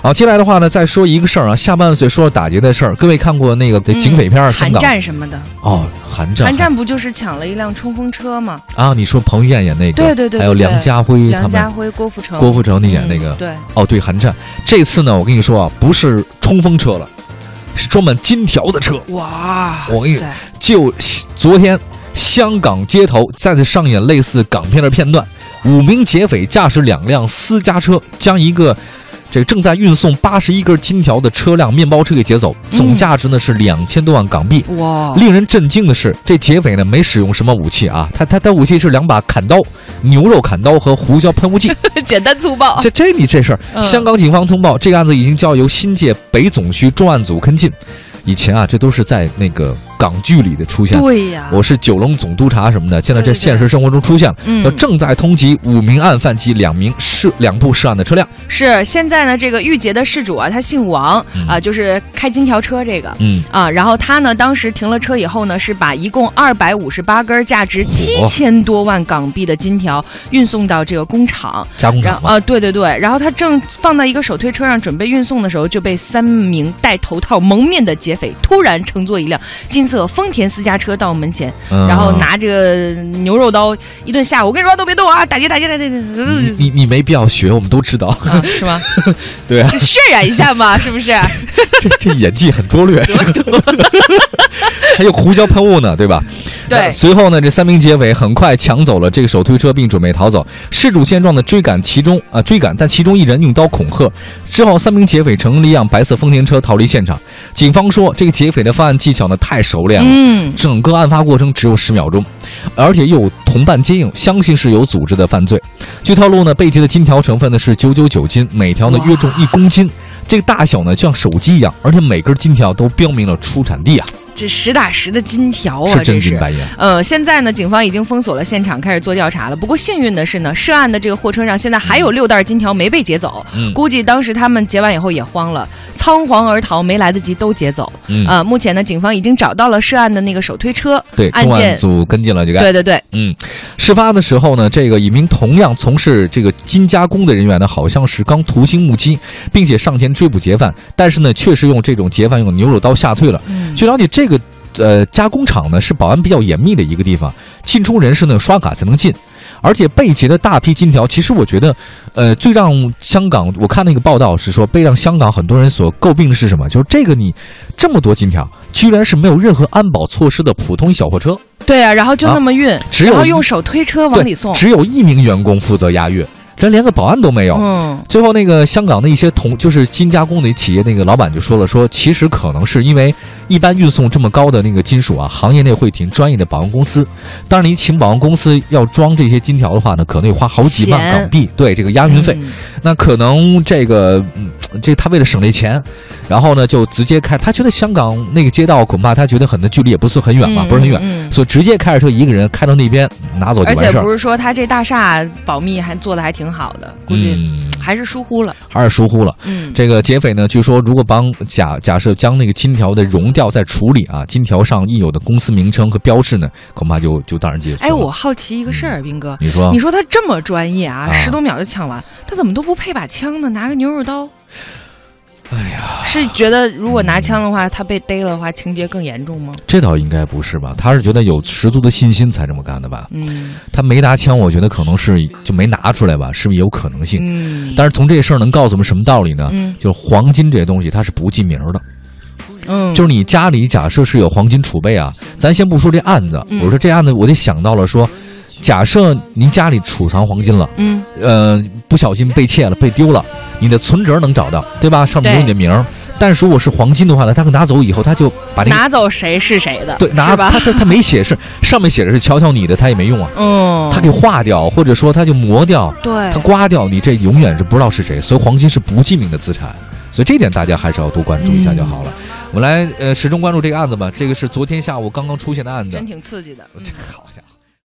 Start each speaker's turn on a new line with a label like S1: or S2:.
S1: 好，接下来的话呢，再说一个事儿啊，下半岁说说打劫的事儿。各位看过那个警匪片儿《香
S2: 韩
S1: 港》
S2: 战什么的，
S1: 哦，韩战，
S2: 韩战不就是抢了一辆冲锋车吗？
S1: 啊，你说彭于晏演那个，
S2: 对对对嗯
S1: 还有
S2: 对
S1: 梁家辉嗯他
S2: 梁家
S1: 们，
S2: 辉、郭富城，
S1: 郭富城那演那个
S2: 嗯，对，
S1: 哦，对，韩战。这次呢，我跟你说啊，不是冲锋车了，是装满金条的车。
S2: 哇
S1: 我跟你
S2: 塞，
S1: 就昨天，香港街头再次上演类似港片的片段，五名劫匪驾驶两辆私家车，将一个。这个正在运送八十一根金条的车辆面包车给劫走，总
S2: 嗯哦
S1: 价值呢是两千多万港币。
S2: 哇，
S1: 令人震惊的是，这劫匪呢没使用什么武器啊，他他他武器是两把砍刀、牛肉砍刀和胡椒喷 雾剂。
S2: 简单粗暴，
S1: 这这你这事儿，
S2: 哦嗯
S1: 香港警方通报，这个案子已经交由新界北总区重案组跟进。以前啊，这都是在那个港剧里的出现。
S2: 对呀，
S1: 我是九龙总督察什么的，现在这
S2: 对对对
S1: 现实生活中出现了。
S2: 嗯
S1: 那正在通缉五名案犯及两名涉两部涉案的车辆。
S2: 是现在呢，这个玉洁的事主啊，他姓王
S1: 嗯
S2: 啊，就是开金条车这个。
S1: 嗯，
S2: 啊，然后他呢，当时停了车以后呢，是把一共二百五十八根价值七千多万港币的金条运送到这个工厂，
S1: 加工
S2: 然
S1: 厂
S2: 后
S1: 嘛。
S2: 啊，对对对，然后他正放到一个手推车上准备运送的时候，就被三名戴头套蒙面的劫匪突然乘坐一辆金色丰田私家车到门前，
S1: 嗯
S2: 然后。拿着牛肉刀一顿吓唬，我跟你说都别动啊，打劫打劫打劫，打劫
S1: 你你你没必要学，我们都知道。
S2: 啊，是吗？
S1: 对啊，
S2: 就渲染一下嘛，是不是？
S1: 这这演技很拙 劣， 还有胡椒喷雾呢，对吧？那
S2: 对，
S1: 随后呢，这三名劫匪很快抢走了这个手推车，并准备逃走。事主见状呢，追赶其中啊、追赶，但其中一人用刀恐吓。之后，三名劫匪乘了一辆白色丰田车逃离现场。警方说，这个劫匪的犯案技巧呢太熟练了。
S2: 嗯，
S1: 整个案发过程只有十秒钟，而且又有同伴接应，相信是有组织的犯罪。据透露呢，被劫的金条成分呢是九九九斤，每条呢
S2: 哇
S1: 约重一公斤，这个大小呢就像手机一样，而且每根金条都标明了出产地啊，
S2: 这实打实的金条啊，
S1: 是
S2: 这
S1: 真金
S2: 是。
S1: 白银。
S2: 呃，现在呢，警方已经封锁了现场，开始做调查了。不过幸运的是呢，涉案的这个货车上现在还有六袋金条没被劫走，
S1: 嗯
S2: 估计当时他们劫完以后也慌了，仓皇而逃，没来得及都劫走。
S1: 嗯，
S2: 呃，目前呢，警方已经找到了涉案的那个手推车。
S1: 对，
S2: 案
S1: 重案
S2: 件
S1: 组跟进了这个案。
S2: 对对对，
S1: 嗯，事发的时候呢，这个一名同样从事这个金加工的人员呢，好像是刚途经目击，并且上前追捕劫犯，但是呢，确实用这种劫犯用的牛肉刀吓退了。
S2: 嗯
S1: 据了解，这个呃加工厂呢是保安比较严密的一个地方，进出人士呢刷卡才能进。而且被劫的大批金条，其实我觉得，呃，最让香港我看那个报道是说，被让香港很多人所诟病的是什么？就是这个你这么多金条，居然是没有任何安保措施的普通一小货车，
S2: 对啊，然后就
S1: 啊
S2: 那么运，
S1: 只
S2: 然
S1: 有
S2: 后
S1: 一
S2: 用手推车往里送。
S1: 只有一名员工负责押运，这连个保安都没有。
S2: 嗯，
S1: 最后，那个香港的一些同就是金加工的企业那个老板就说了说，其实可能是因为一般运送这么高的那个金属啊，行业内会请专业的保安公司。当然，你请保安公司要装这些金条的话呢，可能得花好几万
S2: 钱
S1: 港币，对这个押运费。
S2: 嗯
S1: 那可能这个，嗯，这他为了省这
S2: 嗯
S1: 钱，然后呢就直接开，他觉得香港那个街道恐怕他觉得很多距离也不是很远嘛，
S2: 嗯
S1: 啊不是很远，
S2: 嗯嗯
S1: 所以直接开着车一个人开到那边拿走就
S2: 而且
S1: 完事儿
S2: 不。是说他这大厦保密还做的还挺好的，估计
S1: 嗯，
S2: 还是疏忽了。
S1: 还是疏忽了。
S2: 嗯，
S1: 这个劫匪呢，据说如果帮假假设将那个金条的熔掉再处理啊，金条上印有的公司名称和标志呢，恐怕就就当然解决。
S2: 哎，我好奇一个事儿，斌哥，
S1: 你说
S2: 你说他这么专业啊，
S1: 啊
S2: 十多秒就抢完，他怎么都不配把枪呢？拿个牛肉刀？哎呀，是觉得如果拿枪的话，他被逮了的话，情节更严重吗？
S1: 这倒应该不是吧？他是觉得有十足的信心才这么干的吧？
S2: 嗯
S1: 他没拿枪，我觉得可能是就没拿出来吧，是不是有可能性？
S2: 嗯
S1: 但是从这事儿能告诉我们什么道理呢？
S2: 嗯
S1: 就是黄金这些东西它是不记名儿的，
S2: 嗯，
S1: 就是你家里假设是有黄金储备啊，咱先不说这案子，
S2: 嗯
S1: 我说这案子我就想到了说，假设您家里储藏黄金了。
S2: 嗯
S1: 呃，不小心被窃了、被丢了，你的存折能找到，对吧？上面有你的名儿。但是如果是黄金的话呢，他可拿走以后，他就把那个
S2: 拿走谁是谁的，
S1: 对拿
S2: 是吧？
S1: 他他他没写是上面写的是瞧瞧你的，他也没用啊，
S2: 嗯，
S1: 他给划掉，或者说他就磨掉，
S2: 对
S1: 他刮掉，你这永远是不知道是谁。所以黄金是不记名的资产，所以这点大家还是要多关注一下就好了。
S2: 嗯
S1: 我们来呃始终关注这个案子吧，这个是昨天下午刚刚出现的案子
S2: 真。挺刺激的。嗯
S1: 好家伙！